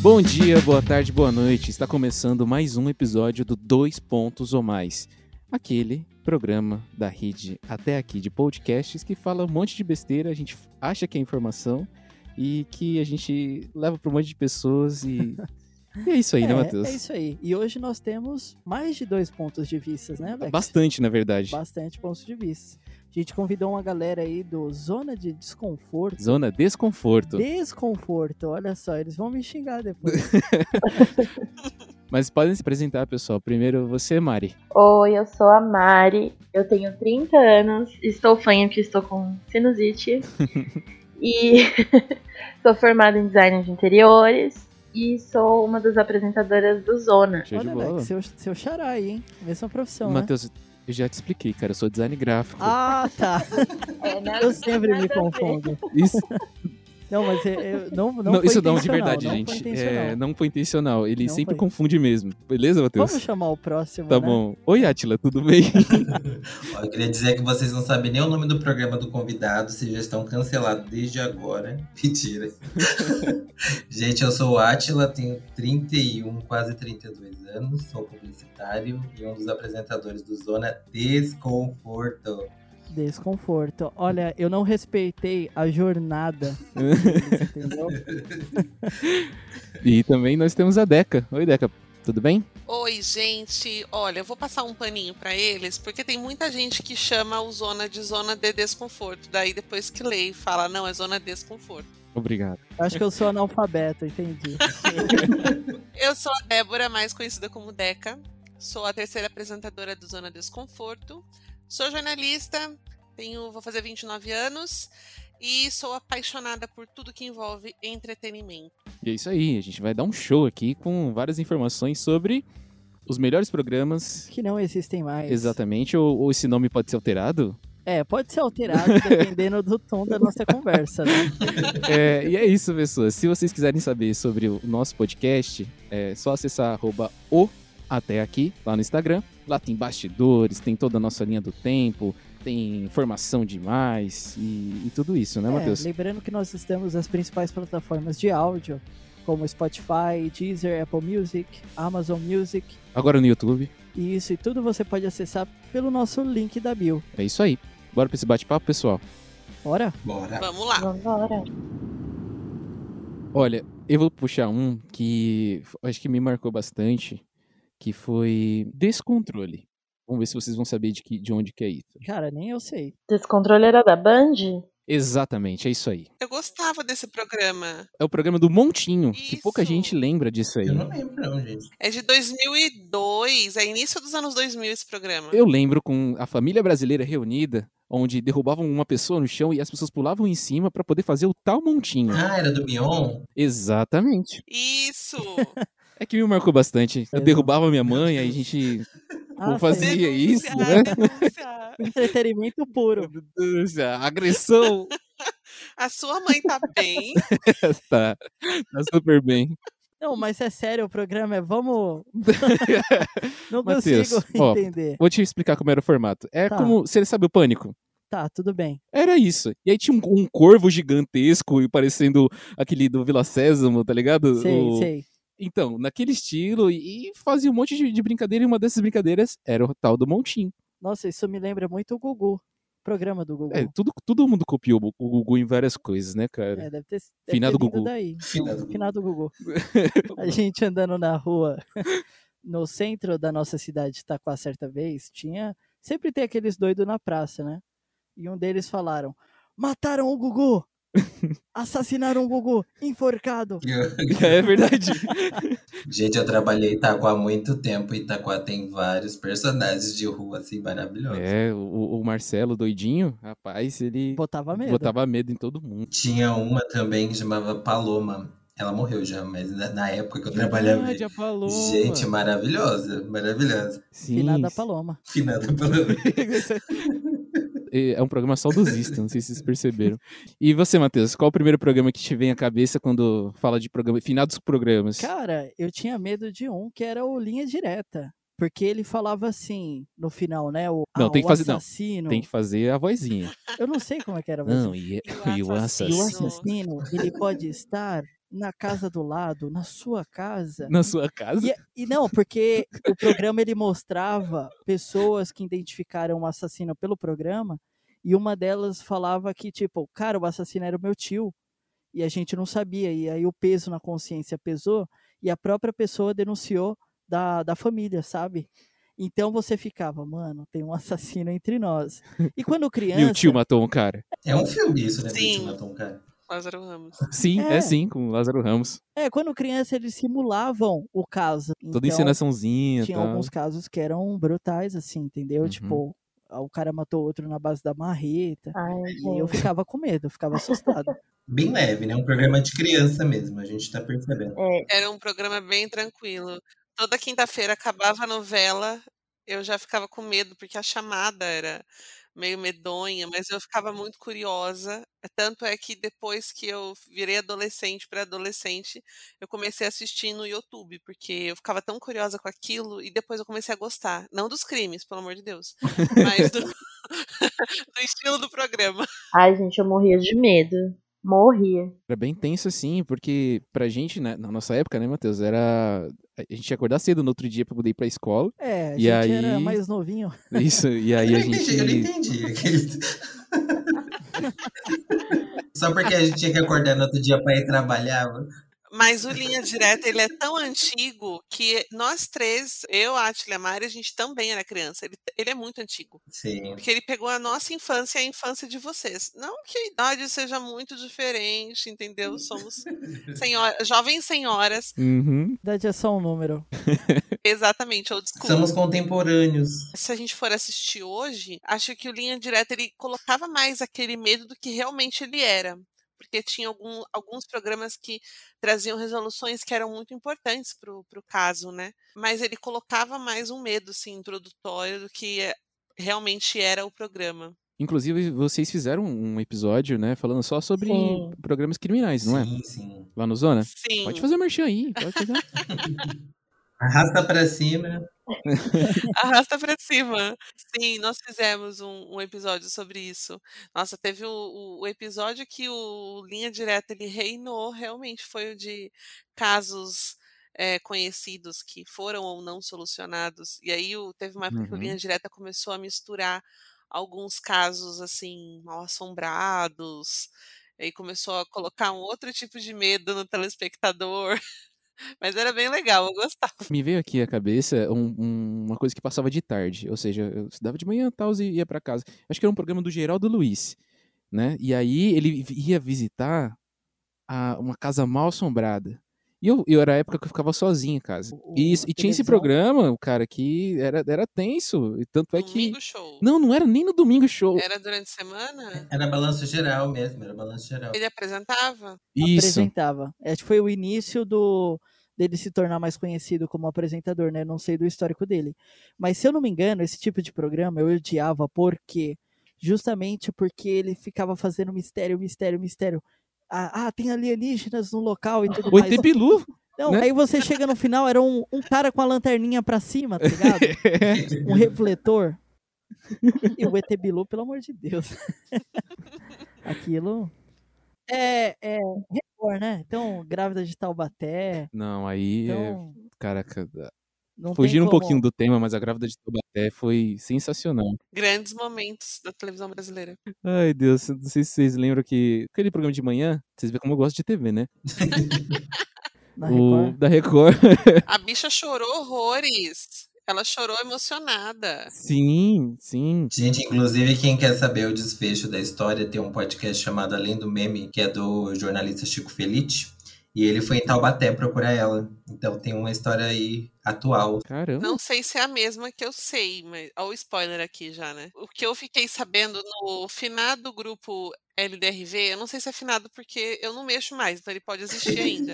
Bom dia, boa tarde, boa noite. Está começando mais um episódio do Dois Pontos ou Mais. Aquele programa da rede até aqui de podcasts que fala um monte de besteira, a gente acha que é informação e que a gente leva para um monte de pessoas e. e é isso aí, né, É, Matheus? É isso aí. E hoje nós temos mais de dois pontos de vista, né, Alex? Bastante, na verdade. Bastante pontos de vista. A gente convidou uma galera aí do Zona de Desconforto. Zona Desconforto. Desconforto, olha só, eles vão me xingar depois. Mas podem se apresentar, pessoal. Primeiro você, Mari. Oi, eu sou a Mari, eu tenho 30 anos, estou fanha que estou com sinusite e sou formada em design de interiores e sou uma das apresentadoras do Zona. Show olha, de bola. Alex, seu, seu xará aí, hein? Mesma profissão, né? Matheus, eu já te expliquei, cara. Eu sou design gráfico. Ah, tá. É, né? Eu sempre me Nada a ver. confundo. Isso Não, mas eu, eu- não, não, Não, foi isso não, de intencional, verdade, não Foi gente. intencional. É, não foi intencional. Ele Não sempre foi. confunde mesmo. Beleza, Vamos Matheus? chamar o próximo, Tá né? bom. Oi, Atila, tudo bem? Ó, Eu queria dizer que vocês não sabem nem o nome do programa do convidado, vocês já estão cancelados desde agora. Mentira. Gente, eu sou o Atila, tenho 31, quase 32 anos, sou publicitário e um dos apresentadores do Zona Desconforto. Desconforto. Olha, eu não respeitei a jornada deles, entendeu? e também nós temos a Deca. Oi, Deca, tudo bem? Oi, gente. Olha, eu vou passar um paninho pra eles, porque tem muita gente que chama o zona de zona de desconforto. Daí depois que lê e fala, não, é zona de desconforto. Obrigado. Acho que eu sou analfabeto, entendi. Eu sou a Débora, mais conhecida como Deca. Sou a terceira apresentadora do Zona Desconforto. Sou jornalista, tenho, vou fazer 29 anos e sou apaixonada por tudo que envolve entretenimento. E é isso aí. A gente vai dar um show aqui com várias informações sobre os melhores programas. Que não existem mais. Exatamente, ou, ou esse nome pode ser alterado. É, pode ser alterado dependendo do tom da nossa conversa, né? É, e é isso, pessoas. Se vocês quiserem saber sobre o nosso podcast, é só acessar arroba o até aqui lá no Instagram. Lá tem bastidores, tem toda a nossa linha do tempo, tem informação demais e, e tudo isso, né, Matheus? É, lembrando que nós estamos nas principais plataformas de áudio, como Spotify, Deezer, Apple Music, Amazon Music. Agora no YouTube. E isso e tudo você pode acessar pelo nosso link da bio. É isso aí. Bora pra esse bate-papo, pessoal. Ora, Bora. Vamos lá. Vambora. Olha, eu vou puxar um que f- acho que me marcou bastante, que foi descontrole. Vamos ver se vocês vão saber de, que, de onde que é isso. cara, nem eu sei. Descontrole era da Band? Exatamente, é isso aí. Eu gostava desse programa. É o programa do Montinho, que pouca Isso. gente lembra disso aí. Eu não lembro, não, gente. É de 2002, é início dos anos 2000 esse programa. Eu lembro com a família brasileira reunida, onde derrubavam uma pessoa no chão e as pessoas pulavam em cima pra poder fazer o tal montinho. Ah, era do Mion? Exatamente. Isso! É que me marcou bastante. Eu Exato. derrubava minha mãe, aí a gente Ah, fazer- sei. Fazia isso, né? Denunciar, denunciar. Entretenimento puro. agressão. A sua mãe tá bem? tá, tá super bem. Não, mas é sério, o programa é vamos. Não Matheus, consigo ó, entender. Vou te explicar como era o formato. É Tá. como você sabe o pânico. Tá, tudo bem. Era isso. E aí tinha um, um corvo gigantesco e parecendo aquele do Vila Sésamo, tá ligado? Sei, O- sei. Então, naquele estilo, e e fazia um monte de, de brincadeira, e uma dessas brincadeiras era o tal do Montinho. Nossa, isso me lembra muito o Gugu. Programa do Gugu. É, tudo, todo mundo copiou o o Gugu em várias coisas, né, cara? É, deve ter, deve Finado ter vindo Gugu. daí. Finado. Finado Gugu. É, A gente andando na rua, no centro da nossa cidade de Itaquá, certa vez, tinha... Sempre tem aqueles doidos na praça, né? E um deles falaram, mataram o Gugu! Assassinaram o Gugu! Enforcado! É, verdade. Gente, eu trabalhei em Itaquá há muito tempo e Itaquá tem vários personagens de rua, assim, maravilhosos. é, o, o Marcelo, doidinho, rapaz, ele Botava medo. botava medo em todo mundo. Tinha uma também que chamava Paloma. Ela morreu já, mas na, na época que eu trabalhava. Verdade, a Ah, Paloma. Gente, maravilhosa, maravilhosa. Sim, Finada sim. Paloma. Finada Paloma. É é um programa saudosista, não sei se vocês perceberam. E você, Matheus, qual o primeiro programa que te vem à cabeça quando fala de programa, finados programas? Cara, eu tinha medo de um que era o Linha Direta. Porque ele falava assim, no final, né? O, Não, ah, tem que o fazer- não, assassino. Tem que fazer a vozinha. Eu não sei como é que era, mas Não, tá e, E o e o assassino. E o assassino. assassino, ele pode estar na casa do lado, na sua casa. Na sua casa? E, é, e não, porque o programa ele mostrava pessoas que identificaram o assassino pelo programa e uma delas falava que, tipo, cara, o assassino era o meu tio e a gente não sabia. E aí o peso na consciência pesou e a própria pessoa denunciou da, da família, sabe? Então você ficava, mano, tem um assassino entre nós. E quando criança. E o tio matou um cara. É um filme isso, né? Sim. Vitinho Matou um cara. Lázaro Ramos. Sim, é, É. sim, com o Lázaro Ramos. É, quando criança eles simulavam o caso. Toda então, encenaçãozinha. Tinha tal. alguns casos que eram brutais, assim, entendeu? Uhum. Tipo, o cara matou outro na base da marreta. Ai, E eu gente. ficava com medo, eu ficava assustado. Bem leve, né? Um programa de criança mesmo, a gente tá percebendo. É, Era um programa bem tranquilo. Toda quinta-feira acabava a novela, eu já ficava com medo, porque a chamada era meio medonha, mas eu ficava muito curiosa. Tanto é que depois que eu virei adolescente para adolescente, eu comecei a assistir no YouTube, porque eu ficava tão curiosa com aquilo e depois eu comecei a gostar. Não dos crimes, pelo amor de Deus, mas do, do estilo do programa. ai, gente, eu morria de medo. Morria. Era bem tenso, assim, porque pra gente, né, na nossa época, né, Matheus, era... A gente ia acordar cedo no outro dia pra poder ir pra escola. É, a E gente era aí- mais novinho. Isso, e aí eu a não entendi, eu não gente... entendi. aquele- Só porque a gente tinha que acordar no outro dia pra ir trabalhar. Mas o Linha Direta, ele é tão antigo que nós três, eu, a Atila e a Mari, a gente também era criança. Ele, ele é muito antigo. Sim. Porque ele pegou a nossa infância e a infância de vocês. Não que a idade seja muito diferente, entendeu? Somos senhora, jovens senhoras. Uhum. Idade é só um número. Exatamente, old school. Somos contemporâneos. Se a gente for assistir hoje, acho que o Linha Direta, ele colocava mais aquele medo do que realmente ele era. Porque tinha algum- alguns programas que traziam resoluções que eram muito importantes para o caso, né? Mas ele colocava mais um medo, assim, introdutório do que é- realmente era o programa. Inclusive, vocês fizeram um episódio, né, falando só sobre Sim. programas criminais, não é? Sim, sim. Lá no Zona? Sim. Né? Pode fazer o merchan aí, pode fazer. Arrasta pra cima. Arrasta pra cima. Sim, nós fizemos um, um episódio sobre isso. Nossa, teve o, o- o episódio que o Linha Direta ele reinou, realmente foi o de casos eh, conhecidos que foram ou não solucionados. E aí o- teve uma época que o Uhum. Linha Direta começou a misturar alguns casos assim mal assombrados. E aí começou a colocar um outro tipo de medo no telespectador. Mas era bem legal, eu gostava. Me veio aqui à cabeça um- um- uma coisa que passava de tarde, ou seja, eu estudava de manhã tal, e ia pra casa. Acho que era um programa do Geraldo Luiz, né? E aí ele vi- ia visitar a- uma casa mal assombrada. E eu, eu era a época que eu ficava sozinho em casa. O- E, a isso- e tinha esse televisão. programa, o cara, que era, era tenso. E tanto é que. Domingo show. Não, não era nem no domingo show. É, Era durante a semana? Era balanço geral mesmo, era balanço geral. Ele apresentava? Isso. apresentava. É, foi o início do dele se tornar mais conhecido como apresentador, né? Não sei do histórico dele. Mas se eu não me engano, esse tipo de programa eu odiava porque justamente porque ele ficava fazendo mistério, mistério, mistério. Ah, ah, tem alienígenas no local e tudo O mais. um ET Bilu. Não, né? aí você chega no final, era um, um cara com a lanterninha pra cima, tá ligado? Um refletor. E o ET Bilu, pelo amor de Deus. Aquilo. É, é Record, né? Então, grávida de Taubaté. Não, aí. é- Então, Caraca. não Fugindo tem um como. pouquinho do tema, mas a grávida de Taubaté foi sensacional. Grandes momentos da televisão brasileira. Ai, Deus, eu não sei se vocês lembram que aquele programa de manhã, vocês veem como eu gosto de TV, né? Na o Record. da Record. A bicha chorou horrores. Ela chorou emocionada. Sim, sim. Gente, inclusive, quem quer saber o desfecho da história, tem um podcast chamado Além do Meme, que é do jornalista Chico Felice. E ele foi em Taubaté procurar ela. Então tem uma história aí atual. Caramba. Não sei se é a mesma que eu sei, mas. Olha o spoiler aqui já, né? O que eu fiquei sabendo no finado grupo LDRV, eu não sei se é finado porque eu não mexo mais, então ele pode existir ainda.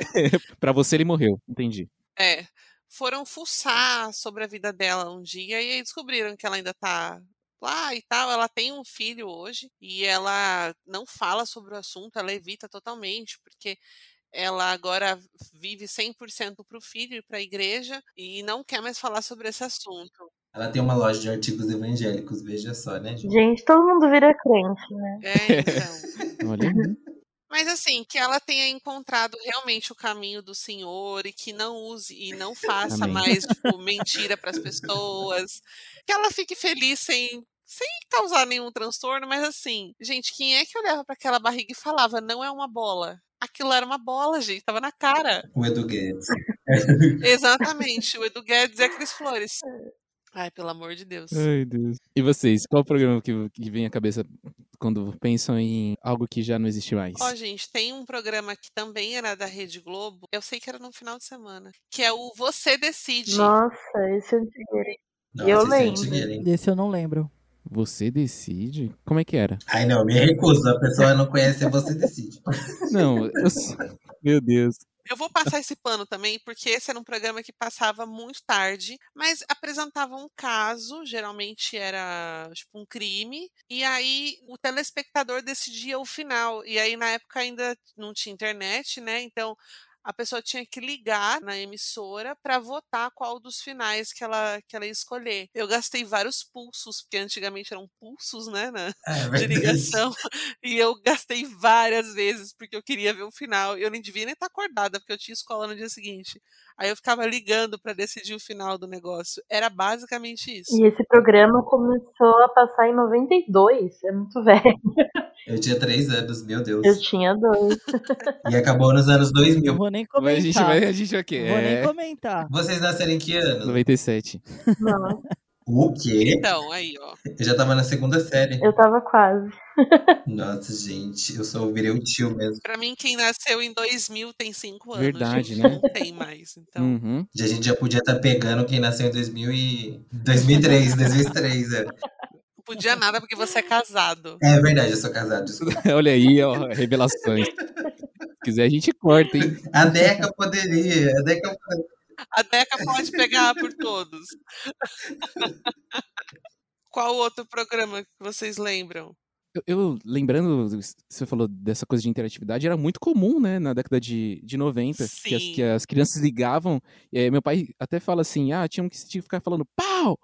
Pra você ele morreu, entendi. É. Foram fuçar sobre a vida dela um dia e aí descobriram que ela ainda tá lá e tal. Ela tem um filho hoje e ela não fala sobre o assunto, ela evita totalmente, porque ela agora vive 100% pro filho e pra igreja e não quer mais falar sobre esse assunto. Ela tem uma loja de artigos evangélicos, veja só, né, gente? Gente, todo mundo vira crente, né? É, então. Olha, Mas assim, que ela tenha encontrado realmente o caminho do Senhor e que não use e não faça Amém. mais tipo, mentira para as pessoas. Que ela fique feliz sem sem causar nenhum transtorno, mas assim, gente, quem é que olhava para aquela barriga e falava não é uma bola? Aquilo era uma bola, gente, tava na cara. O Edu Guedes. Exatamente, o Edu Guedes e a Cris Flores. Ai, pelo amor de Deus. Ai, Deus. E vocês, qual o programa que, que vem à cabeça quando pensam em algo que já não existe mais? Ó, gente, tem um programa que também era da Rede Globo, eu sei que era no final de semana, que é o Você Decide. Nossa, esse é antigo. Não, Eu esse é lembro. antigueiro, hein? Desse eu não lembro. Você decide? Como é que era? Ai, não, me recuso. A pessoa não conhece, você decide. Não, eu... sei- meu Deus. Eu vou passar esse pano também, porque esse era um programa que passava muito tarde, mas apresentava um caso, geralmente era tipo um crime, e aí o telespectador decidia o final. E aí na época ainda não tinha internet, né? Então a pessoa tinha que ligar na emissora para votar qual dos finais que ela, que ela ia escolher. Eu gastei vários pulsos, porque antigamente eram pulsos, né? na- Ah, é de verdade. ligação. E eu gastei várias vezes porque eu queria ver o final. Eu nem devia nem estar acordada, porque eu tinha escola no dia seguinte. Aí eu ficava ligando para decidir o final do negócio. Era basicamente isso. E esse programa começou a passar em 92. É muito velho. Eu tinha três anos, meu Deus. Eu tinha dois. E acabou nos anos Não 2000. vou nem Mas a gente vai, comentar. a gente vai o quê? Vou nem É, comentar. Vocês nasceram em que ano? 97. Nossa, O quê? Então, aí, ó. Eu já tava na segunda série. eu tava quase. Nossa, gente, eu sou virei o tio mesmo. Pra mim, quem nasceu em 2000 tem 5 anos. Verdade, gente, né? Não tem mais. Então, Uhum. Já- A gente já podia estar pegando quem nasceu em 2000 e... 2003, 2003. É. não podia nada porque você é casado. é verdade, eu sou casado, desculpa. Olha aí, ó, revelações. Se quiser, a gente corta, hein? A Deca poderia, a Deca A Deca pode pegar por todos. Qual outro programa que vocês lembram? Eu, eu, lembrando, do- você falou dessa coisa de interatividade, era muito comum, né, na década de, de 90, que as, que Sim. as crianças ligavam, e aí meu pai até fala assim, ah, tinha que se- tinha que ficar falando pau,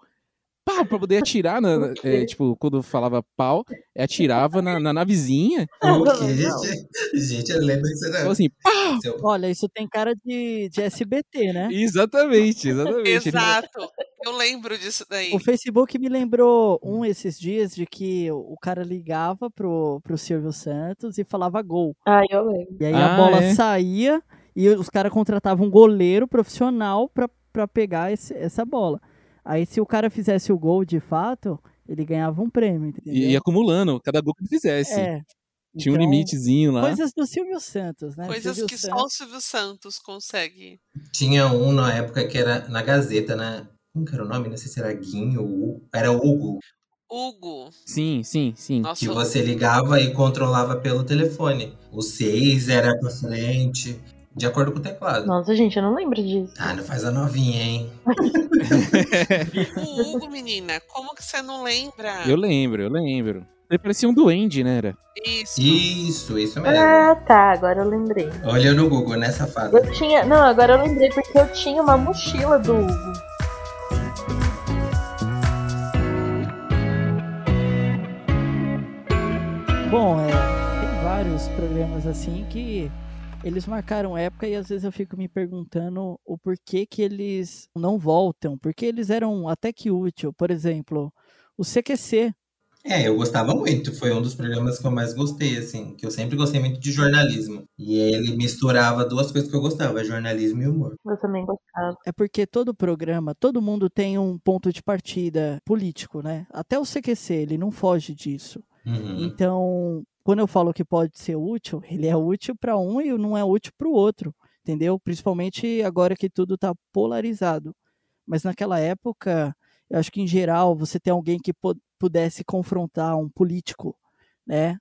pau, pra poder atirar, na- na- é, Ok. tipo, quando falava pau, é, atirava na, na navezinha, O quê? Não. Gente, gente, eu lembro disso falava não. assim, pau! Seu- Olha, isso tem cara de, de SBT, né? Exatamente, exatamente. Ele- Exato. Eu lembro disso daí. O Facebook me lembrou um esses dias de que o cara ligava pro, pro Silvio Santos e falava gol. Ai, eu lembro. E aí Ah, a bola é? saía e os caras contratavam um goleiro profissional pra, pra pegar esse- essa bola. Aí se o cara fizesse o gol de fato, ele ganhava um prêmio, E, entendeu? e acumulando, cada gol que ele fizesse. É. Tinha um Então, limitezinho lá. Coisas do Silvio Santos, né? Coisas Silvio que Santos. só o Silvio Santos consegue. Tinha um na época que era na Gazeta, né? Como que era o nome? Não sei se era Guinho ou Hugo. Era Hugo, Hugo, Sim, sim, sim. nosso que você ligava e controlava pelo telefone. O 6 era pra frente, de acordo com o teclado. Nossa, gente, eu não lembro disso. Ah, não faz a novinha, hein? o Hugo, menina, como que você não lembra? Eu lembro, eu lembro. Ele parecia um duende, né, era? Isso. Isso, isso mesmo. Ah, tá. Agora eu lembrei. Olha no Google, né, safada? Eu tinha. Não, agora eu lembrei porque eu tinha uma mochila do Hugo. Bom, é, tem vários programas assim que eles marcaram época e às vezes eu fico me perguntando o porquê que eles não voltam, porque eles eram até que útil. Por exemplo, o CQC. É, eu gostava muito. Foi um dos programas que eu mais gostei, assim. Que eu sempre gostei muito de jornalismo. E ele misturava duas coisas que eu gostava, jornalismo e humor. Eu também gostava. É porque todo programa, todo mundo tem um ponto de partida político, né? Até o CQC, ele não foge disso. Uhum. Então, quando eu falo que pode ser útil, ele é útil para um e não é útil para o outro, entendeu? Principalmente agora que tudo está polarizado. Mas naquela época, eu acho que em geral você tem alguém que po- pudesse confrontar um político, né?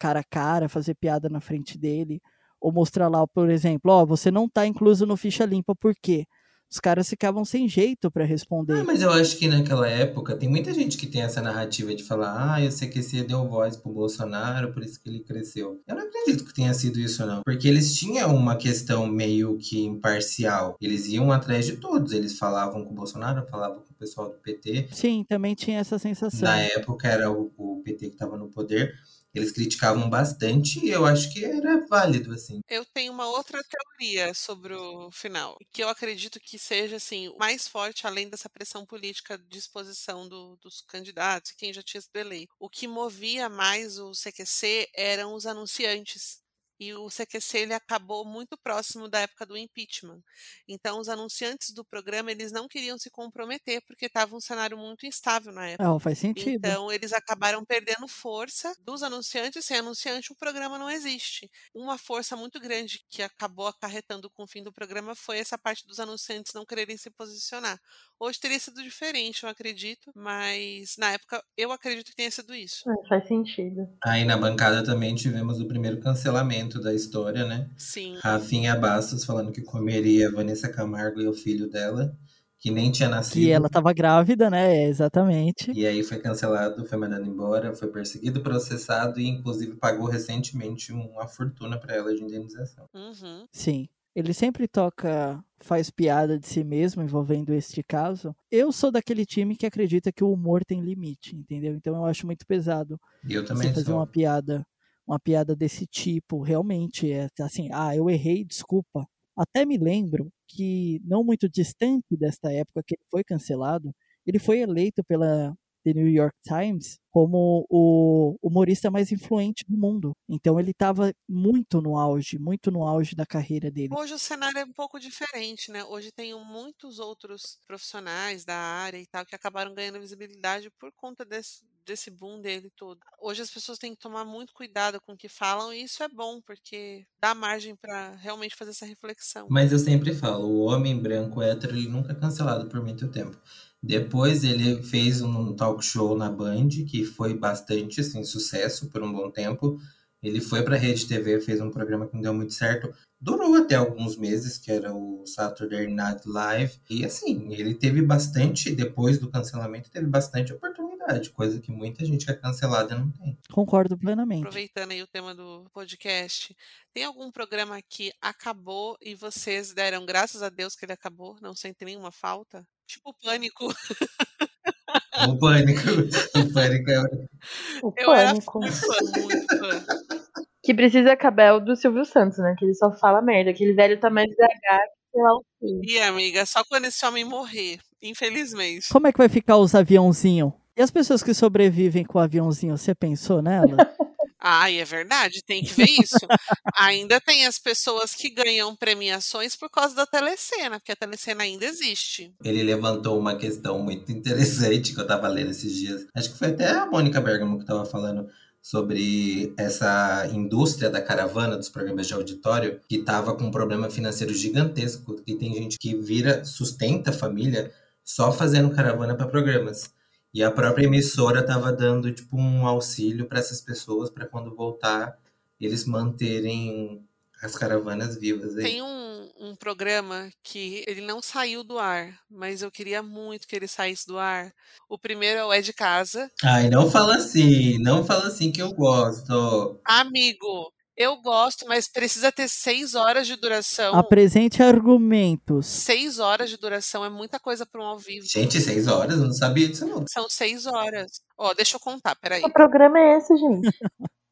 Cara a cara, fazer piada na frente dele, ou mostrar lá, por exemplo, ó, você não tá incluso no ficha limpa, por quê? Os caras ficavam sem jeito para responder. Ah, mas eu acho que naquela época tem muita gente que tem essa narrativa de falar, ah, eu sei que esse deu voz pro Bolsonaro, por isso que ele cresceu. Eu não acredito que tenha sido isso, não. Porque eles tinham uma questão meio que imparcial. Eles iam atrás de todos. Eles falavam com o Bolsonaro, falavam com o pessoal do PT. Sim, também tinha essa sensação. Na época era o, o PT que estava no poder. Eles criticavam bastante e eu acho que era válido, assim. Eu tenho uma outra teoria sobre o final, que eu acredito que seja assim o mais forte, além dessa pressão política de exposição do- dos candidatos e quem já tinha sido eleito. O que movia mais o CQC eram os anunciantes. E o CQC ele acabou muito próximo da época do impeachment. Então, os anunciantes do programa eles não queriam se comprometer porque estava um cenário muito instável na época. Não, faz sentido. Então, eles acabaram perdendo força dos anunciantes. Sem anunciante, o programa não existe. Uma força muito grande que acabou acarretando com o fim do programa foi essa parte dos anunciantes não quererem se posicionar. Hoje teria sido diferente, eu acredito, mas na época eu acredito que tenha sido isso. É, faz sentido. Aí na bancada também tivemos o primeiro cancelamento da história, né? Sim. Rafinha Bastos falando que comeria Vanessa Camargo e o filho dela, que nem tinha nascido. Que ela tava grávida, né? É, Exatamente. E aí foi cancelado, foi mandado embora, foi perseguido, processado e inclusive pagou recentemente uma fortuna pra ela de indenização. Uhum. Sim. Ele sempre toca, faz piada de si mesmo envolvendo este caso. Eu sou daquele time que acredita que o humor tem limite, entendeu? Então eu acho muito pesado E eu você também fazer sou. uma piada, uma piada desse tipo, realmente é assim, ah, eu errei, desculpa. Até me lembro que não muito distante desta época que ele foi cancelado, ele foi eleito pela The New York Times como o humorista mais influente do mundo. Então ele estava muito no auge, muito no auge da carreira dele. Hoje o cenário é um pouco diferente, né? Hoje tem muitos outros profissionais da área e tal que acabaram ganhando visibilidade por conta desse, desse boom dele todo. Hoje as pessoas têm que tomar muito cuidado com o que falam e isso é bom, porque dá margem para realmente fazer essa reflexão. Mas eu sempre falo, o homem branco hétero, ele nunca é cancelado por muito tempo. Depois ele fez um talk show na Band, que foi bastante assim, sucesso por um bom tempo. Ele foi pra Rede TV, fez um programa que não deu muito certo. Durou até alguns meses, que era o Saturday Night Live. E assim, ele teve bastante, depois do cancelamento, teve bastante oportunidade, coisa que muita gente que é cancelada não tem. Concordo plenamente. Aproveitando aí o tema do podcast, tem algum programa que acabou e vocês deram graças a Deus que ele acabou, não sentem nenhuma falta? Tipo o pânico. O pânico. o pânico é O Eu era pânico. muito fã, muito fã. Que precisa acabar é o do Silvio Santos, né? Que ele só fala merda. Aquele velho tá mais devagar que sei lá o quê. E amiga, só quando esse homem morrer, infelizmente. Como é que vai ficar os aviãozinhos? E as pessoas que sobrevivem com o aviãozinho, você pensou nela? Ai, é verdade, tem que ver isso. ainda tem as pessoas que ganham premiações por causa da telecena, porque a telecena ainda existe. Ele levantou uma questão muito interessante que eu tava lendo esses dias. Acho que foi até a Mônica Bergamo que tava falando sobre essa indústria da caravana dos programas de auditório que tava com um problema financeiro gigantesco, que tem gente que vira sustenta a família só fazendo caravana para programas. E a própria emissora tava dando tipo um auxílio para essas pessoas para quando voltar eles manterem as caravanas vivas aí. Tem um, um programa que ele não saiu do ar, mas eu queria muito que ele saísse do ar. O primeiro é o É de Casa. Ai, não fala assim, não fala assim que eu gosto. Amigo, eu gosto, mas precisa ter seis horas de duração. Apresente argumentos. Seis horas de duração é muita coisa para um ao vivo. Gente, seis horas? Eu não sabia disso, não. São seis horas. Ó, deixa eu contar, peraí. Que programa é esse, gente?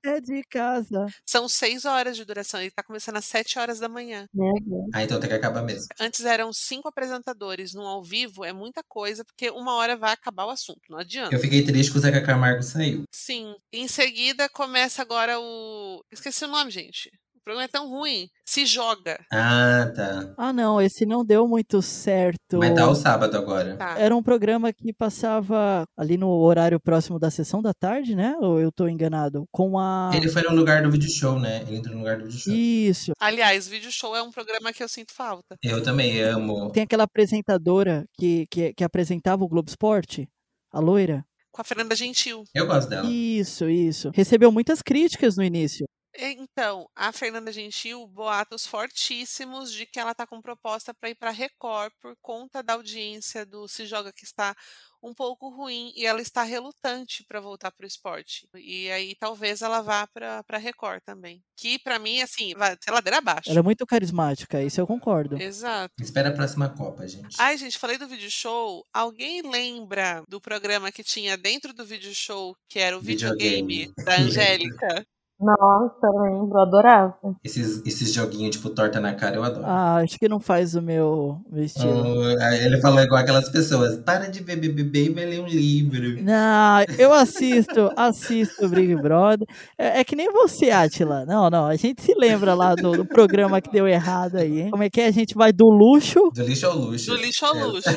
É de casa. São seis horas de duração. Ele tá começando às sete horas da manhã. Meu Deus. Ah, então tem que acabar mesmo. Antes eram cinco apresentadores. No ao vivo é muita coisa, porque uma hora vai acabar o assunto. Não adianta. Eu fiquei triste que o Zeca Camargo saiu. Sim. Em seguida começa agora o. Esqueci o nome, gente. O programa é tão ruim. Se joga. Ah, tá. Ah, não, esse não deu muito certo. Vai dar o sábado agora. Tá. Era um programa que passava ali no horário próximo da sessão da tarde, né? Ou eu tô enganado? Com a. Tá. Ele foi no lugar do vídeo show, né? Ele entrou no lugar do vídeo show. Isso. Aliás, vídeo show é um programa que eu sinto falta. Eu também amo. Tem aquela apresentadora que, que, que apresentava o Globo Esporte, a loira. Com a Fernanda Gentil. Eu gosto dela. Isso, isso. Recebeu muitas críticas no início. Então, a Fernanda Gentil, boatos fortíssimos de que ela está com proposta para ir para Record por conta da audiência do Se Joga que está um pouco ruim e ela está relutante para voltar para o esporte. E aí talvez ela vá para Record também. Que para mim, assim, vai ser ladeira abaixo. Ela é muito carismática, isso eu concordo. Exato. Espera a próxima Copa, gente. Ai, gente, falei do vídeo show. Alguém lembra do programa que tinha dentro do vídeo show, que era o videogame, Videogame. da Angélica? Nossa, eu lembro, eu adorava. Esses, esses joguinhos, tipo, torta na cara, eu adoro. Ah, acho que não faz o meu meu estilo. Ah, aí ele falou igual aquelas pessoas, para de ver BBB e vai ler um livro. Não, eu assisto, assisto Big Brother. É, é que nem você, Atila. Não, não, a gente se lembra lá do, do programa que deu errado aí, hein? Como é que é? A gente vai do luxo. Do lixo ao luxo. Do lixo ao É. luxo.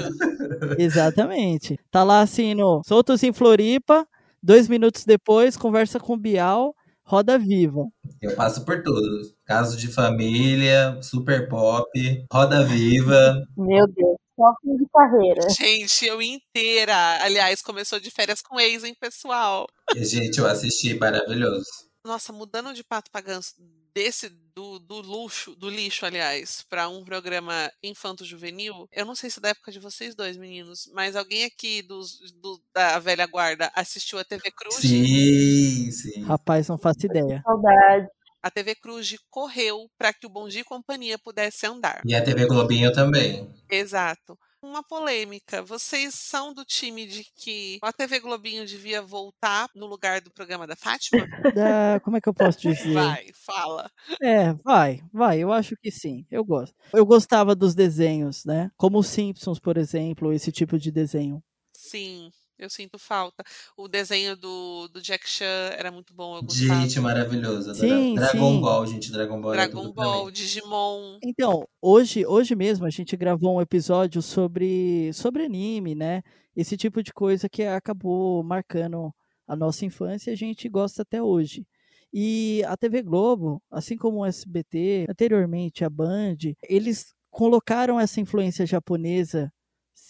Exatamente. Tá lá assim no Soltos em Floripa, dois minutos depois, conversa com o Bial, roda viva. Eu passo por todos. Caso de família, super pop, roda viva. Meu Deus, só fim de carreira. Gente, eu inteira. Aliás, começou de férias com ex, hein, pessoal? E, Gente, eu assisti, maravilhoso. Nossa, mudando de pato pra ganso, desse do, do luxo, do lixo, aliás, pra um programa infanto-juvenil, eu não sei se é da época de vocês dois, meninos, mas alguém aqui dos, do- da velha guarda assistiu a TV Cruz? Sim, sim. Rapaz, não faço ideia. Saudade. A TV Cruz correu pra que o Bom Dia e Companhia pudesse andar. E a TV Globinho também. Exato. Uma polêmica. Vocês são do time de que a TV Globinho devia voltar no lugar do programa da Fátima? Da- como é que eu posso dizer? Vai, fala. É, vai, vai, eu acho que sim, eu gosto. Eu gostava dos desenhos, né? Como os Simpsons, por exemplo, esse tipo de desenho. Sim, eu sinto falta. O desenho do, do Jack Chan era muito bom, eu gostava. Gente, maravilhoso. adorava. Sim, Dragon sim. Ball, gente. Dragon Ball era Dragon é tudo Ball, também. Digimon. Então, hoje, hoje mesmo a gente gravou um episódio sobre, sobre anime, né? Esse tipo de coisa que acabou marcando a nossa infância e a gente gosta até hoje. E a TV Globo, assim como o SBT, anteriormente a Band, eles colocaram essa influência japonesa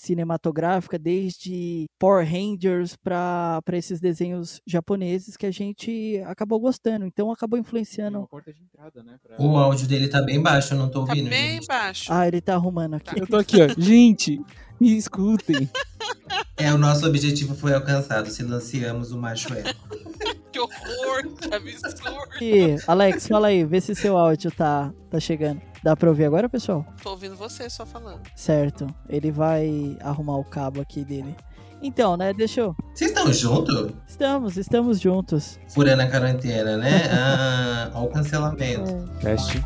cinematográfica desde Power Rangers para esses desenhos japoneses que a gente acabou gostando. Então acabou influenciando uma porta de entrada, né? pra- O áudio dele tá bem baixo, eu não tô Tá ouvindo, bem gente. baixo. Ah, ele tá arrumando aqui. Eu tô aqui, ó. Gente, me escutem. É, o nosso objetivo foi alcançado. Silenciamos o macho é. hétero. Que horror, que absurdo. Ih, Alex, fala aí, vê se seu áudio tá, tá chegando. Dá pra ouvir agora, pessoal? Tô ouvindo você só falando. Certo, ele vai arrumar o cabo aqui dele. Então, né, deixa eu... Vocês estão juntos? Estamos, estamos juntos. Furando a quarentena, né? Ah, olha o cancelamento. Teste.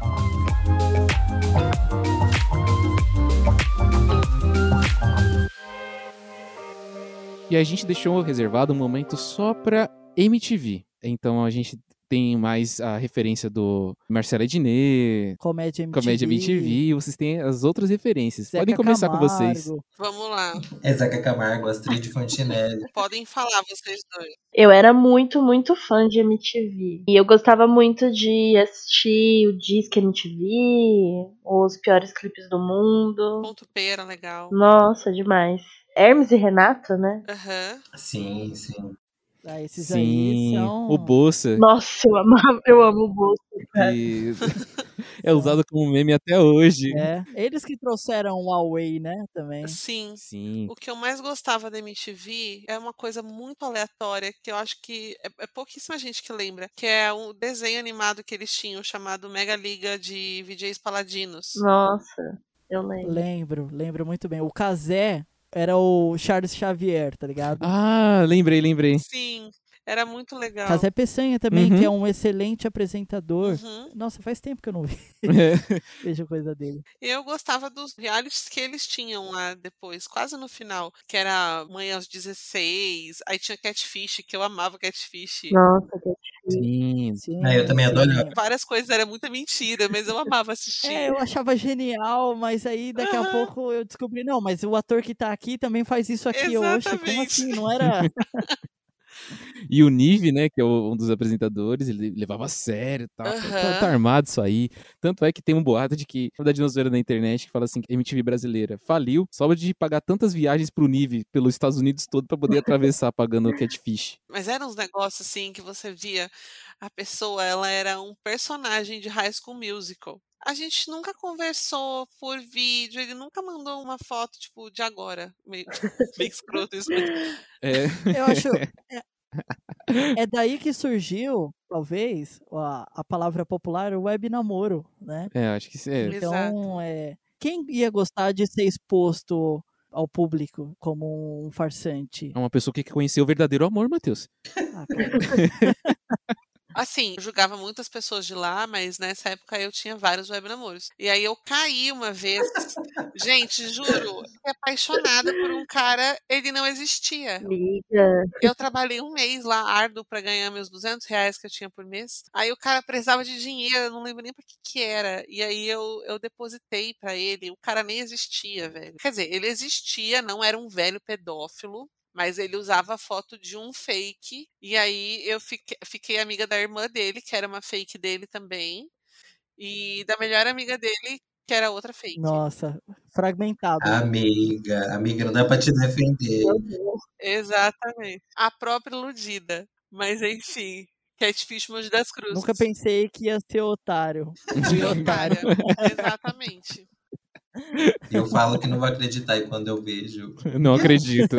E a gente deixou reservado um momento só pra MTV. Então a gente tem mais a referência do Marcela Diné, Comédia MTV. Comédia MTV, e vocês têm as outras referências. Zeca Podem começar com vocês. Camargo. Vamos lá. É Zeca Camargo, Astrid Fontinelli. Podem falar, vocês dois. Eu era muito, muito fã de MTV. E eu gostava muito de assistir o Disque MTV, os piores clipes do mundo. Ponto P era legal. Nossa, demais. Hermes e Renato, né? Aham. Sim, sim. Ah, esses aí Sim, são... o Bolsa, Nossa, eu amava, eu amo o Bolso. que é usado como meme até hoje. É, eles que trouxeram o Huawei, né, É. também. Sim. Sim, O que eu mais gostava da MTV é uma coisa muito aleatória, que eu acho que é, é pouquíssima gente que lembra, que é um desenho animado que eles tinham chamado Mega Liga de VJs Paladinos. Nossa, eu lembro. Lembro, lembro muito bem. O Kazé era o Charles Xavier, tá ligado? Ah, lembrei, lembrei. Sim, era muito Ah. legal. Kazé Peçanha também, que é Uhum. um excelente apresentador. Uhum. Nossa, faz tempo que eu não vi- vejo coisa dele. Eu gostava dos realities que eles tinham lá depois, quase no final, que era Mãe aos 16, aí tinha Catfish, que eu amava Catfish. Nossa, que Sim, Sim, Ah, eu também sim. adorava. Várias coisas era muita mentira, mas eu amava assistir. É, eu achava genial, mas aí daqui a Aham. pouco eu descobri, não, mas o ator que tá aqui também faz isso aqui. Eu, oxe, como Exatamente. assim? Não era. E o Nive, né, que é o- um dos apresentadores, ele levava a sério e tal. Falou, Tá, Aham. tá armado isso aí. Tanto é que tem um boato de que da dinossauro na internet que fala assim: que MTV brasileira faliu só de pagar tantas viagens pro Nive pelos Estados Unidos todo pra poder atravessar pagando o catfish. Mas eram uns negócios assim que você via a pessoa, ela era um personagem de High School Musical. A gente nunca conversou por vídeo, ele nunca mandou uma foto, tipo, de agora. Meio, tipo, meio escroto isso, mas É, Eu acho. É, é daí que surgiu, talvez, a, a palavra popular web namoro, né? é, acho que isso é. Então, é, quem ia gostar de ser exposto ao público como um farsante? É uma pessoa que conheceu o verdadeiro amor, Matheus. Ah, cara, Assim, eu julgava muitas pessoas de lá, mas nessa época eu tinha vários webnamoros. E aí eu caí uma vez. Gente, juro, eu fiquei apaixonada por um cara, ele não existia. Liga. Eu trabalhei um mês lá, árduo, pra ganhar meus 200 reais que eu tinha por mês. Aí o cara precisava de dinheiro, eu não lembro nem pra que que era. E aí eu, eu depositei pra ele, o cara nem existia, velho. Quer dizer, ele existia, não era um velho pedófilo. Mas ele usava a foto de um fake. E aí eu fique- fiquei amiga da irmã dele, que era uma fake dele também. E da melhor amiga dele, que era outra fake. nossa, fragmentado. Amiga, amiga, não dá pra te defender. Meu Deus. Exatamente. A própria iludida. Mas enfim, Catfish Monte das Cruzes. Nunca pensei que ia ser otário. Fui otária. Exatamente. Eu falo que não vou acreditar e quando eu vejo. Não acredito.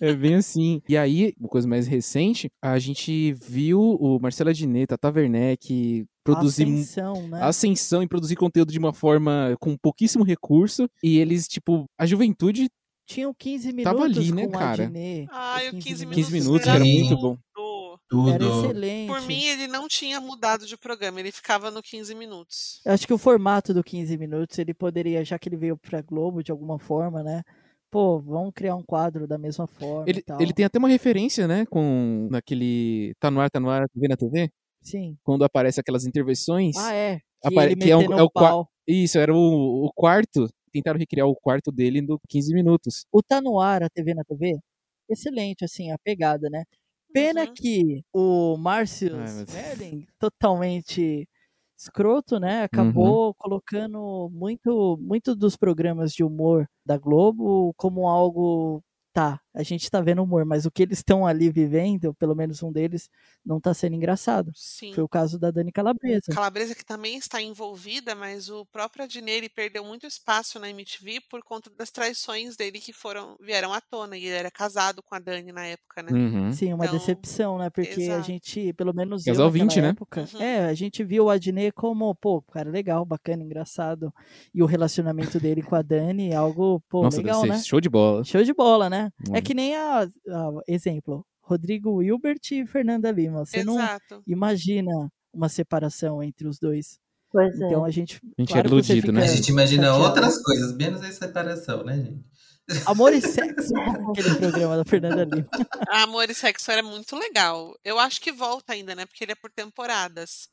É bem assim. E aí, uma coisa mais recente, a gente viu o Marcela Dineta, Tata Werneck produzir mu- Ascensão, né? ascensão e produzir conteúdo de uma forma com pouquíssimo recurso. E eles, tipo, a juventude, Tinham 15 minutos Tava ali, né, com o cara? Adnet, Ai, o 15 15 minutos, minutos que era era muito Sim. bom. tudo. Era Tudo. excelente. Por mim, ele não tinha mudado de programa, ele ficava no 15 minutos. Eu acho que o formato do 15 minutos, ele poderia, já que ele veio pra Globo de alguma forma, né? Pô, vamos criar um quadro da mesma forma e Ele, tal. ele tem até uma referência, né, com naquele Tá no ar, tá no ar, TV na TV? Sim. Quando aparece aquelas intervenções. Ah, é. Que Apare- ele que é um- metendo é o qua- pau. Isso, era o, o quarto. Tentaram recriar o quarto dele no 15 minutos. O Tá No Ar, a TV na TV, excelente, assim, a pegada, né? Pena Uhum. que o Márcio Ai, meu Deus. Merlin, totalmente escroto, né? Acabou Uhum. colocando muito, muito dos programas de humor da Globo como algo... Tá, a gente tá vendo humor, mas o que eles estão ali vivendo, pelo menos um deles, não tá sendo engraçado. Sim. Foi o caso da Dani Calabresa. Calabresa que também está envolvida, mas o próprio Adnet perdeu muito espaço na MTV por conta das traições dele que foram vieram à tona. E ele era casado com a Dani na época, Hum, né? Uhum. Sim, uma Então, decepção, né? Porque a exato. gente, pelo menos Casal eu naquela 20, né? época, Uhum. é, a gente viu o Adnet como, pô, cara legal, bacana, engraçado. E o relacionamento dele com a Dani é algo, pô, Nossa, legal, deve ser né? show de bola. Show de bola, né? Uhum. É que nem a, a- exemplo, Rodrigo Hilbert e Fernanda Lima. Você não Exato. imagina uma separação entre os dois. Pois é. Então a gente, A gente Claro era que você iludido, né? A É, gente imagina chateado. outras coisas, menos a separação, né, gente? amor e sexo, aquele programa da Fernanda Lima. Ah, Amor e Sexo era muito legal. Eu acho que volta ainda, né? Porque ele é por temporadas.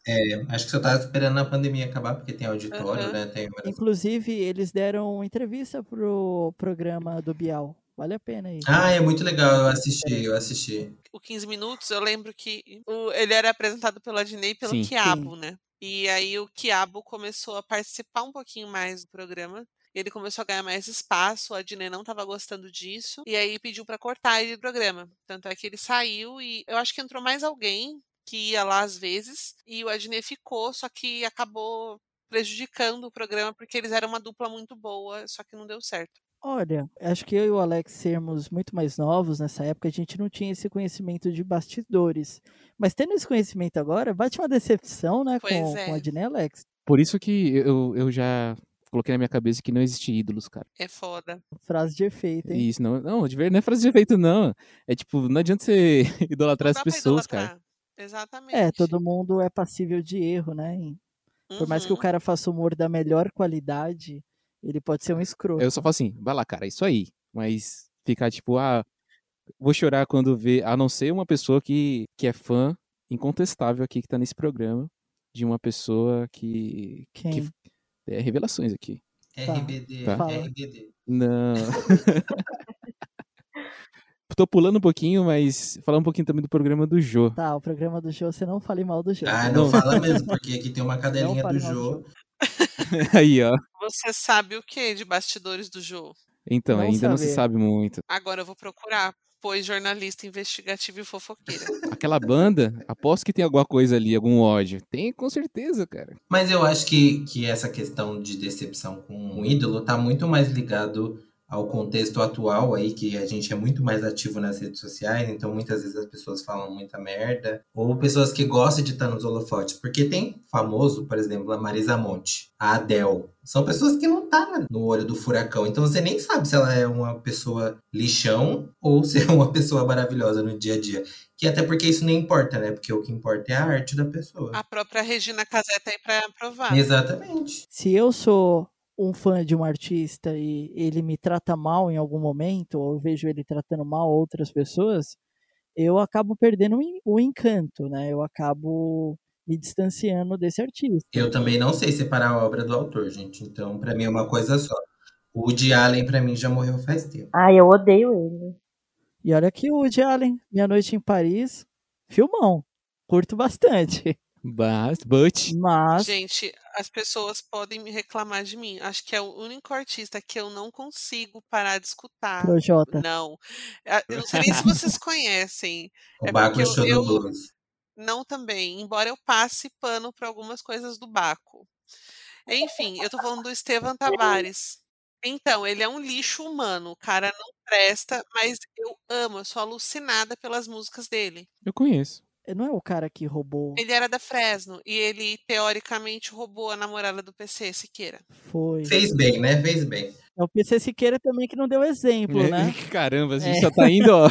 Acho que só tava esperando a pandemia acabar, porque tem auditório, Aham. né? Tem várias Inclusive, eles deram entrevista pro programa do Bial. Vale a pena aí. Ah, é muito legal, eu assisti, eu assisti. o 15 minutos, eu lembro que o- ele era apresentado pelo Adnei e pelo Sim. Quiabo, né? E aí o Quiabo começou a participar um pouquinho mais do programa. Ele começou a ganhar mais espaço, o Adnei não estava gostando disso. E aí pediu para cortar ele do programa. Tanto é que ele saiu e eu acho que entrou mais alguém que ia lá às vezes. E o Adnei ficou, só que acabou prejudicando o programa porque eles eram uma dupla muito boa, só que não deu certo. Olha, acho que eu e o Alex sermos muito mais novos nessa época, a gente não tinha esse conhecimento de bastidores. Mas tendo esse conhecimento agora, bate uma decepção, né, Pois com, é. com a Dine Alex. Por isso que eu, eu já coloquei na minha cabeça que não existe ídolos, cara. É foda. Frase de efeito, hein? Isso, não, não, de ver, não é frase de efeito, não. É tipo, não adianta você idolatrar as Dá pra pessoas, cara. idolatrar. Exatamente. É, todo mundo é passível de erro, né? E Por mais que o Uhum. cara faça humor da melhor qualidade, ele pode ser um escroto. Eu só falo assim, vai lá, cara, é isso aí. Mas ficar tipo, ah, vou chorar quando ver, a não ser uma pessoa que, que é fã incontestável aqui que tá nesse programa, de uma pessoa que. Quem? que é, Tá. revelações aqui. RBD, Tá. Fala. RBD. Não. tô pulando um pouquinho, mas falar um pouquinho também do programa do Jô. Tá, o programa do Jô, você não fale mal do Jô. Ah, tá não bom? fala mesmo, porque aqui tem uma cadelinha fale do mal do Jô. Aí, ó. Você sabe o que de bastidores do jogo? Então, Não ainda não se saber. sabe muito. Agora eu vou procurar, pois jornalista investigativo e fofoqueira. Aquela banda, aposto que tem alguma coisa ali, algum ódio. Tem, com certeza, cara. Mas eu acho que, que essa questão de decepção com um ídolo tá muito mais ligado ao contexto atual aí, que a gente é muito mais ativo nas redes sociais, então muitas vezes as pessoas falam muita merda, ou pessoas que gostam de estar nos holofotes, porque tem famoso, por exemplo, a Marisa Monte, a Adele, são pessoas que não tá na- no olho do furacão, então você nem sabe se ela é uma pessoa lixão ou se é uma pessoa maravilhosa no dia a dia, que até porque isso nem importa, né? Porque o que importa é a arte da pessoa. A própria Regina Casé tá aí pra provar. Exatamente. Se eu sou um fã de um artista e ele me trata mal em algum momento, ou eu vejo ele tratando mal outras pessoas, eu acabo perdendo o en- o encanto, né? Eu acabo me distanciando desse artista. Eu também não sei separar a obra do autor, gente. Então, pra mim é uma coisa só. O Woody Allen, pra mim, já morreu faz tempo. Ai, eu odeio ele. E olha aqui o Woody Allen, Minha Noite em Paris, filmão. Curto bastante. Mas, but, Mas Gente, as pessoas podem me reclamar de mim. Acho que é o único artista que eu não consigo parar de escutar. Projota. Não. Ah, Eu não sei nem se vocês conhecem. O É Baco porque eu- show eu- do blues. Não também. Embora eu passe pano para algumas coisas do Baco. Enfim, eu tô falando do Estevam Tavares. Então, ele é um lixo humano. O cara não presta, mas eu amo. Eu sou alucinada pelas músicas dele. eu conheço. Não é o cara que roubou, Ele era da Fresno e ele, teoricamente, roubou a namorada do PC Siqueira. foi. Fez bem, né? Fez bem. É o PC Siqueira também que não deu exemplo, né? Caramba, a gente É. só tá indo, ó.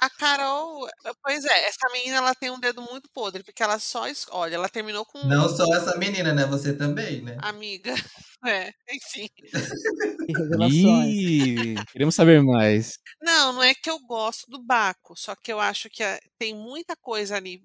A Carol, pois é, essa menina ela tem um dedo muito podre, porque ela só. es- Olha, ela terminou com Não só essa menina, né? Você também, né? amiga. É, enfim. E revelações. Ih, queremos saber mais. Não, não é que eu gosto do Baco, só que eu acho que a- tem muita coisa ali.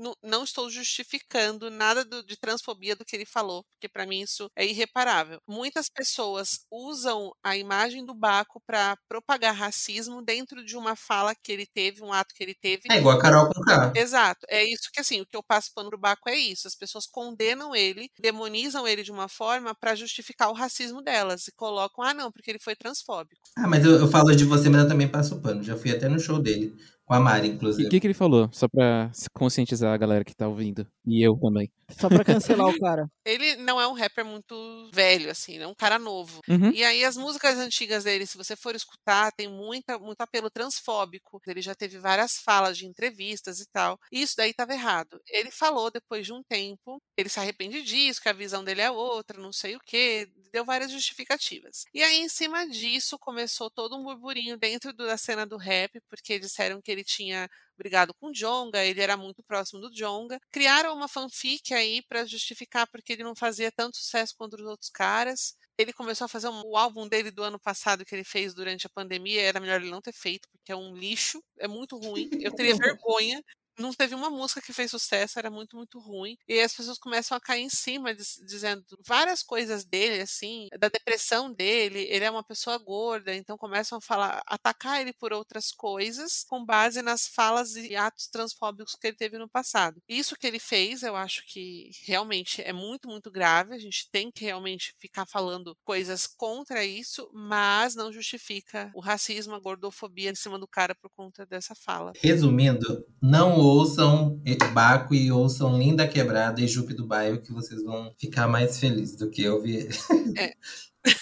Não, não estou justificando nada do- de transfobia do que ele falou, porque para mim isso é irreparável. Muitas pessoas usam a imagem do Baco para propagar racismo dentro de uma fala que ele teve, um ato que ele teve. É igual a Carol com K. Exato. É isso que assim, o que eu passo pano pro Baco é isso. As pessoas condenam ele, demonizam ele de uma forma para justificar o racismo delas e colocam, ah, não, porque ele foi transfóbico. Ah, mas eu, eu falo de você, mas eu também passo pano. Já fui até no show dele. Com a Mari, O que, inclusive. que que ele falou? Só pra se conscientizar a galera que tá ouvindo. E eu também. Só pra cancelar o cara. Ele não é um rapper muito velho, assim, ele é um cara novo. Uhum. E aí, as músicas antigas dele, se você for escutar, tem muita, muito apelo transfóbico. Ele já teve várias falas de entrevistas e tal. E isso daí estava errado. Ele falou depois de um tempo, ele se arrepende disso, que a visão dele é outra, não sei o quê. Deu várias justificativas. E aí, em cima disso, começou todo um burburinho dentro do- da cena do rap, porque disseram que ele tinha brigado com o Jonga, ele era muito próximo do Jonga. Criaram uma fanfic aí para justificar porque ele não fazia tanto sucesso quanto os outros caras ele começou a fazer um- o álbum dele do ano passado que ele fez durante a pandemia, era melhor ele não ter feito, porque é um lixo, é muito ruim. Eu teria vergonha. Não teve uma música que fez sucesso, era muito, muito ruim. E aí as pessoas começam a cair em cima, diz- dizendo várias coisas dele, assim, da depressão dele. Ele é uma pessoa gorda, então começam a falar, atacar ele por outras coisas, com base nas falas e atos transfóbicos que ele teve no passado. Isso que ele fez, eu acho que realmente é muito, muito grave. A gente tem que realmente ficar falando coisas contra isso, mas não justifica o racismo, a gordofobia em cima do cara por conta dessa fala. Resumindo, não ouçam Baco e ouçam Linda Quebrada e Jupe do Bairro, que vocês vão ficar mais felizes do que eu vi. Esse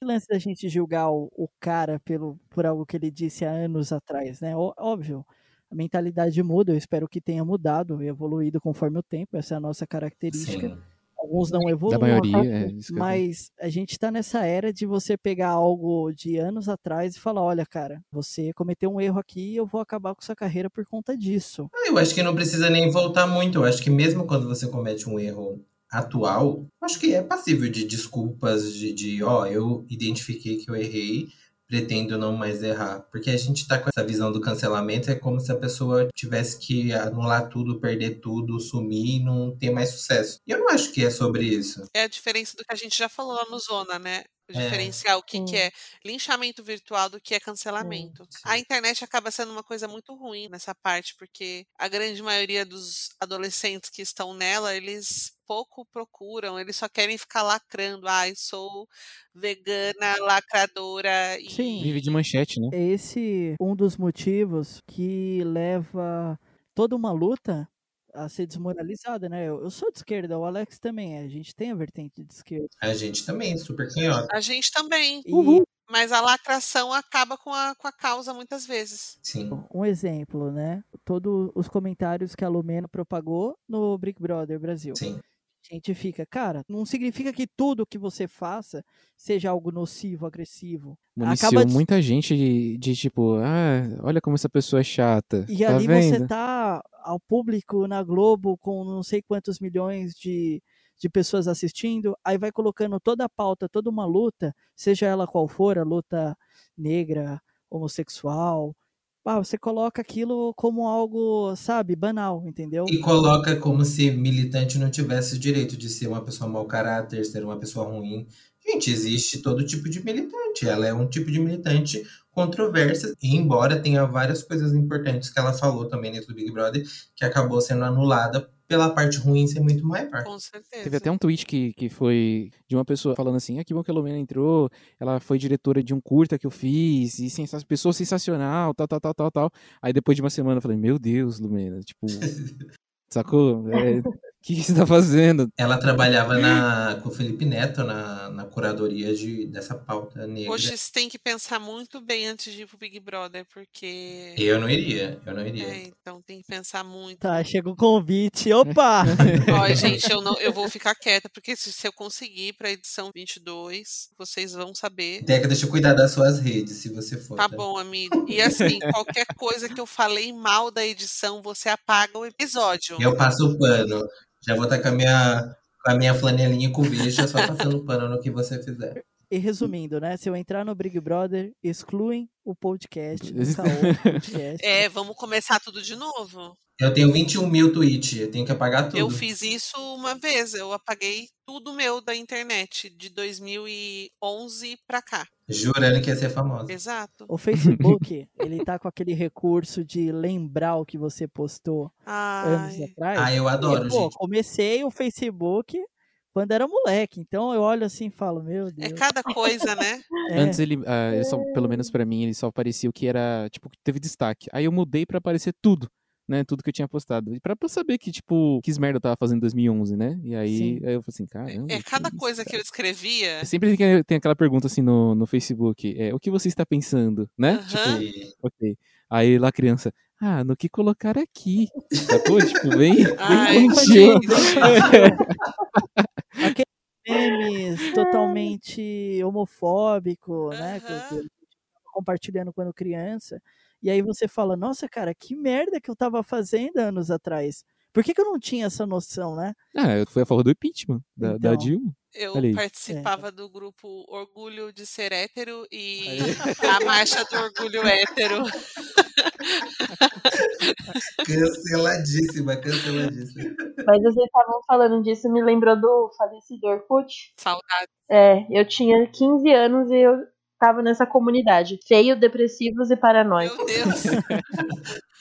lance da gente julgar o, o cara pelo, por algo que ele disse há anos atrás, né? Ó- Óbvio, a mentalidade muda, eu espero que tenha mudado e evoluído conforme o tempo, essa é a nossa característica. Sim. Alguns não evoluem. maioria, óbvio, é, isso que eu ia mas a gente tá nessa era de você pegar algo de anos atrás e falar, olha, cara, você cometeu um erro aqui e eu vou acabar com sua carreira por conta disso. Ah, Eu acho que não precisa nem voltar muito. Eu acho que mesmo quando você comete um erro atual, acho que é passível de desculpas, de, de, ó, eu identifiquei que eu errei, pretendo não mais errar. Porque a gente tá com essa visão do cancelamento, é como se a pessoa tivesse que anular tudo, perder tudo, sumir e não ter mais sucesso. E eu não acho que é sobre isso. É a diferença do que a gente já falou lá no Zona, né? diferenciar o que, Sim. que é linchamento virtual do que é cancelamento. sim. A internet acaba sendo uma coisa muito ruim nessa parte, porque a grande maioria dos adolescentes que estão nela, eles pouco procuram, eles só querem ficar lacrando. Ai, sou vegana, lacradora e Sim. Vive de manchete, né? É esse um dos motivos que leva toda uma luta a ser desmoralizada, né? Eu, eu sou de esquerda, o Alex também é. A gente tem a vertente de esquerda. A gente também, é super canhota. a gente também. E Uhul. Mas a lacração acaba com a, com a causa muitas vezes. Sim. um exemplo, né? Todos os comentários que a Lumena propagou no Big Brother Brasil. Sim. A gente fica, cara, não significa que tudo que você faça seja algo nocivo, agressivo. Municiou Acaba de- muita gente de, de tipo, ah, olha como essa pessoa é chata. E tá ali vendo? você tá ao público na Globo com não sei quantos milhões de, de pessoas assistindo, aí vai colocando toda a pauta, toda uma luta, seja ela qual for, a luta negra, homossexual. Ah, você coloca aquilo como algo, sabe, banal, entendeu? E coloca como se militante não tivesse o direito de ser uma pessoa mau caráter, ser uma pessoa ruim. Gente, existe todo tipo de militante. Ela é um tipo de militante controversa, e embora tenha várias coisas importantes que ela falou também dentro do Big Brother, que acabou sendo anulada pela parte ruim ser muito maior. Com certeza. Teve até um tweet que, que foi de uma pessoa falando assim: ah, que bom que a Lumena entrou, ela foi diretora de um curta que eu fiz, e sensa pessoa sensacional, tal, tal, tal, tal, tal. Aí depois de uma semana eu falei: meu Deus, Lumena, tipo, sacou? É, O que, que você tá fazendo? Ela trabalhava na, com o Felipe Neto na, na curadoria de, dessa pauta negra. Hoje você tem que pensar muito bem antes de ir pro Big Brother, porque. Eu não iria, eu não É, iria. então tem que pensar muito. Tá, chega o convite. Opa! Ó, gente, eu, não, eu vou ficar quieta, porque se, se eu conseguir pra edição 22, vocês vão saber. Teca, deixa eu cuidar das suas redes, se você for. Tá bom, amigo. E assim, qualquer coisa que eu falei mal da edição, você apaga o episódio. Eu passo o pano. Já vou estar com a minha, com a minha flanelinha com bicha, só passando pano no que você fizer. E resumindo, né? Se eu entrar no Big Brother, excluem o podcast, o Caô podcast. É, vamos começar tudo de novo? Eu tenho 21 mil tweets, eu tenho que apagar tudo. Eu fiz isso uma vez, eu apaguei tudo meu da internet, de 2011 pra cá. Jurando que ia ser famosa. Exato. O Facebook, ele tá com aquele recurso de lembrar o que você postou anos Ai. atrás. Ah, eu adoro, é Porque, pô, gente. comecei o Facebook quando era moleque. Então eu olho assim e falo, meu É Deus. cada coisa, né? é, Antes ele, ah, eu só, pelo menos pra mim, ele só parecia o que era, tipo, que teve destaque. Aí eu mudei pra aparecer tudo, né? Tudo que eu tinha postado. E pra pra eu saber que, tipo, que merda eu tava fazendo em 2011, né? E aí, Sim. aí eu falei assim: caramba. É cada isso, coisa cara?" que eu escrevia. Sempre tem- tem aquela pergunta assim no, no Facebook, é, o que você está pensando, né? Aham. Tipo, E ok. Aí lá a criança, ah, no que colocar aqui. Sacou? tipo, bem, bem Ai, infantil. memes totalmente homofóbico, né? que eu- Aham. que eu tava compartilhando quando criança. E aí você fala, nossa, cara, que merda que eu tava fazendo anos atrás. Por que, que eu não tinha essa noção, né? Ah, eu fui a favor do impeachment da, da Então. Dilma. Eu Olha aí. participava do grupo Orgulho de Ser Hétero e a Marcha do Orgulho Hétero. canceladíssima, canceladíssima. Mas vocês estavam falando disso, me lembrou do falecido Orkut. Saudade. É, eu tinha 15 anos e eu tava nessa comunidade. Feio, depressivos e paranoicos. Meu Deus.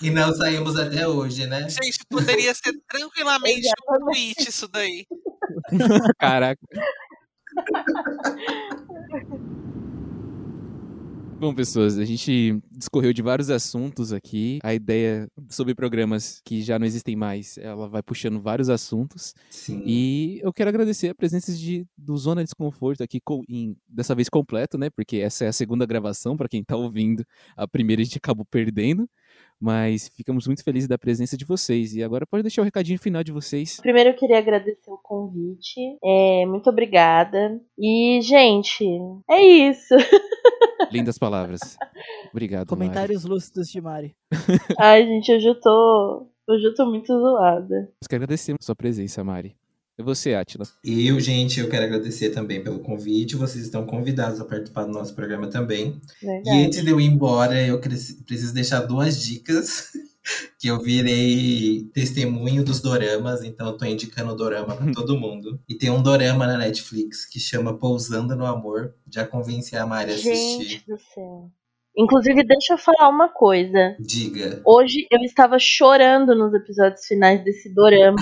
E não saímos até hoje, né? Gente, poderia ser tranquilamente um tweet isso daí. Caraca. Bom, pessoas, a gente discorreu de vários assuntos aqui. A ideia sobre programas que já não existem mais, ela vai puxando vários assuntos. Sim. E eu quero agradecer a presença de, do Zona Desconforto aqui, com, em- dessa vez completo, né? Porque essa é a segunda gravação, para quem tá ouvindo. A primeira a gente acabou perdendo. Mas ficamos muito felizes da presença de vocês. E agora pode deixar o recadinho final de vocês. Primeiro eu queria agradecer o convite. É, muito obrigada. E, gente, é isso. Lindas palavras. Obrigado. Mari. Comentários lúcidos de Mari. Ai, gente, hoje eu tô. Hoje eu tô muito zoada. Nós que agradecemos a sua presença, Mari. É você, Atila. Eu, gente, eu quero agradecer também pelo convite. Vocês estão convidados a participar do nosso programa também. E Verdade. antes de eu ir embora, eu cres- preciso deixar duas dicas que eu virei testemunho dos doramas, então eu tô indicando o dorama Uhum. pra todo mundo. E tem um dorama na Netflix que chama Pousando no Amor. Já convenci a Mari a assistir. Gente do céu. Inclusive, deixa eu falar uma coisa. Diga. Hoje eu estava chorando nos episódios finais desse dorama.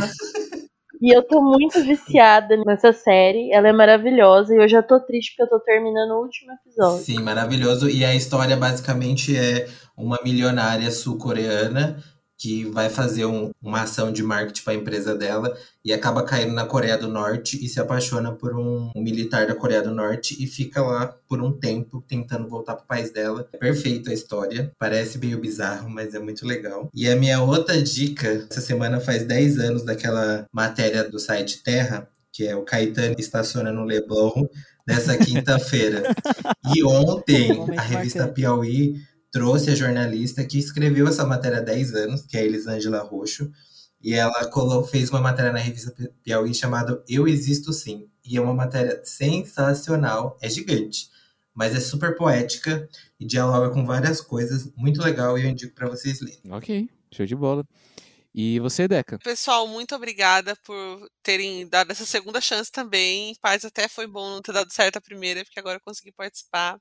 e eu tô muito viciada nessa série. Ela é maravilhosa e eu já tô triste porque eu tô terminando o último episódio. Sim, maravilhoso. E a história basicamente é uma milionária sul-coreana que vai fazer um- uma ação de marketing para a empresa dela e acaba caindo na Coreia do Norte e se apaixona por um, um militar da Coreia do Norte e fica lá por um tempo tentando voltar pro país dela. É perfeita a história, parece meio bizarro, mas é muito legal. E a minha outra dica, essa semana faz 10 anos daquela matéria do site Terra, que é o Caetano estaciona no Leblon nessa quinta-feira. e ontem Momento a revista marcante. Piauí trouxe a jornalista que escreveu essa matéria há 10 anos, que é a Elisângela Roxo, e ela colo- fez uma matéria na revista Pi- Piauí chamada Eu Existo Sim, e é uma matéria sensacional, é gigante, mas é super poética e dialoga com várias coisas, muito legal e eu indico para vocês lerem. Ok, show de bola. E você, Deca? Pessoal, muito obrigada por terem dado essa segunda chance também. Em paz, até foi bom não ter dado certo a primeira, porque agora eu consegui participar.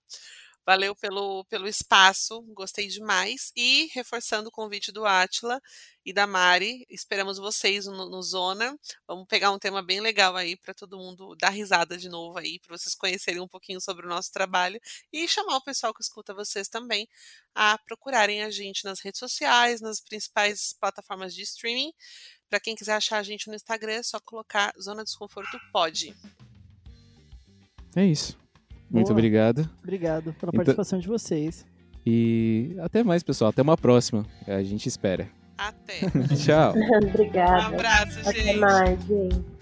Valeu pelo, pelo espaço, gostei demais. E reforçando o convite do Átila e da Mari, esperamos vocês no, no Zona. Vamos pegar um tema bem legal aí para todo mundo dar risada de novo aí, para vocês conhecerem um pouquinho sobre o nosso trabalho e chamar o pessoal que escuta vocês também a procurarem a gente nas redes sociais, nas principais plataformas de streaming. Pra quem quiser achar a gente no Instagram, é só colocar Zona Desconforto Pode. É isso. Muito Boa. obrigado. Obrigado pela Então- participação de vocês. E até mais, pessoal. Até uma próxima. A gente espera. Até. Tchau. Um Obrigada. abraço, Tá Até gente. mais, gente.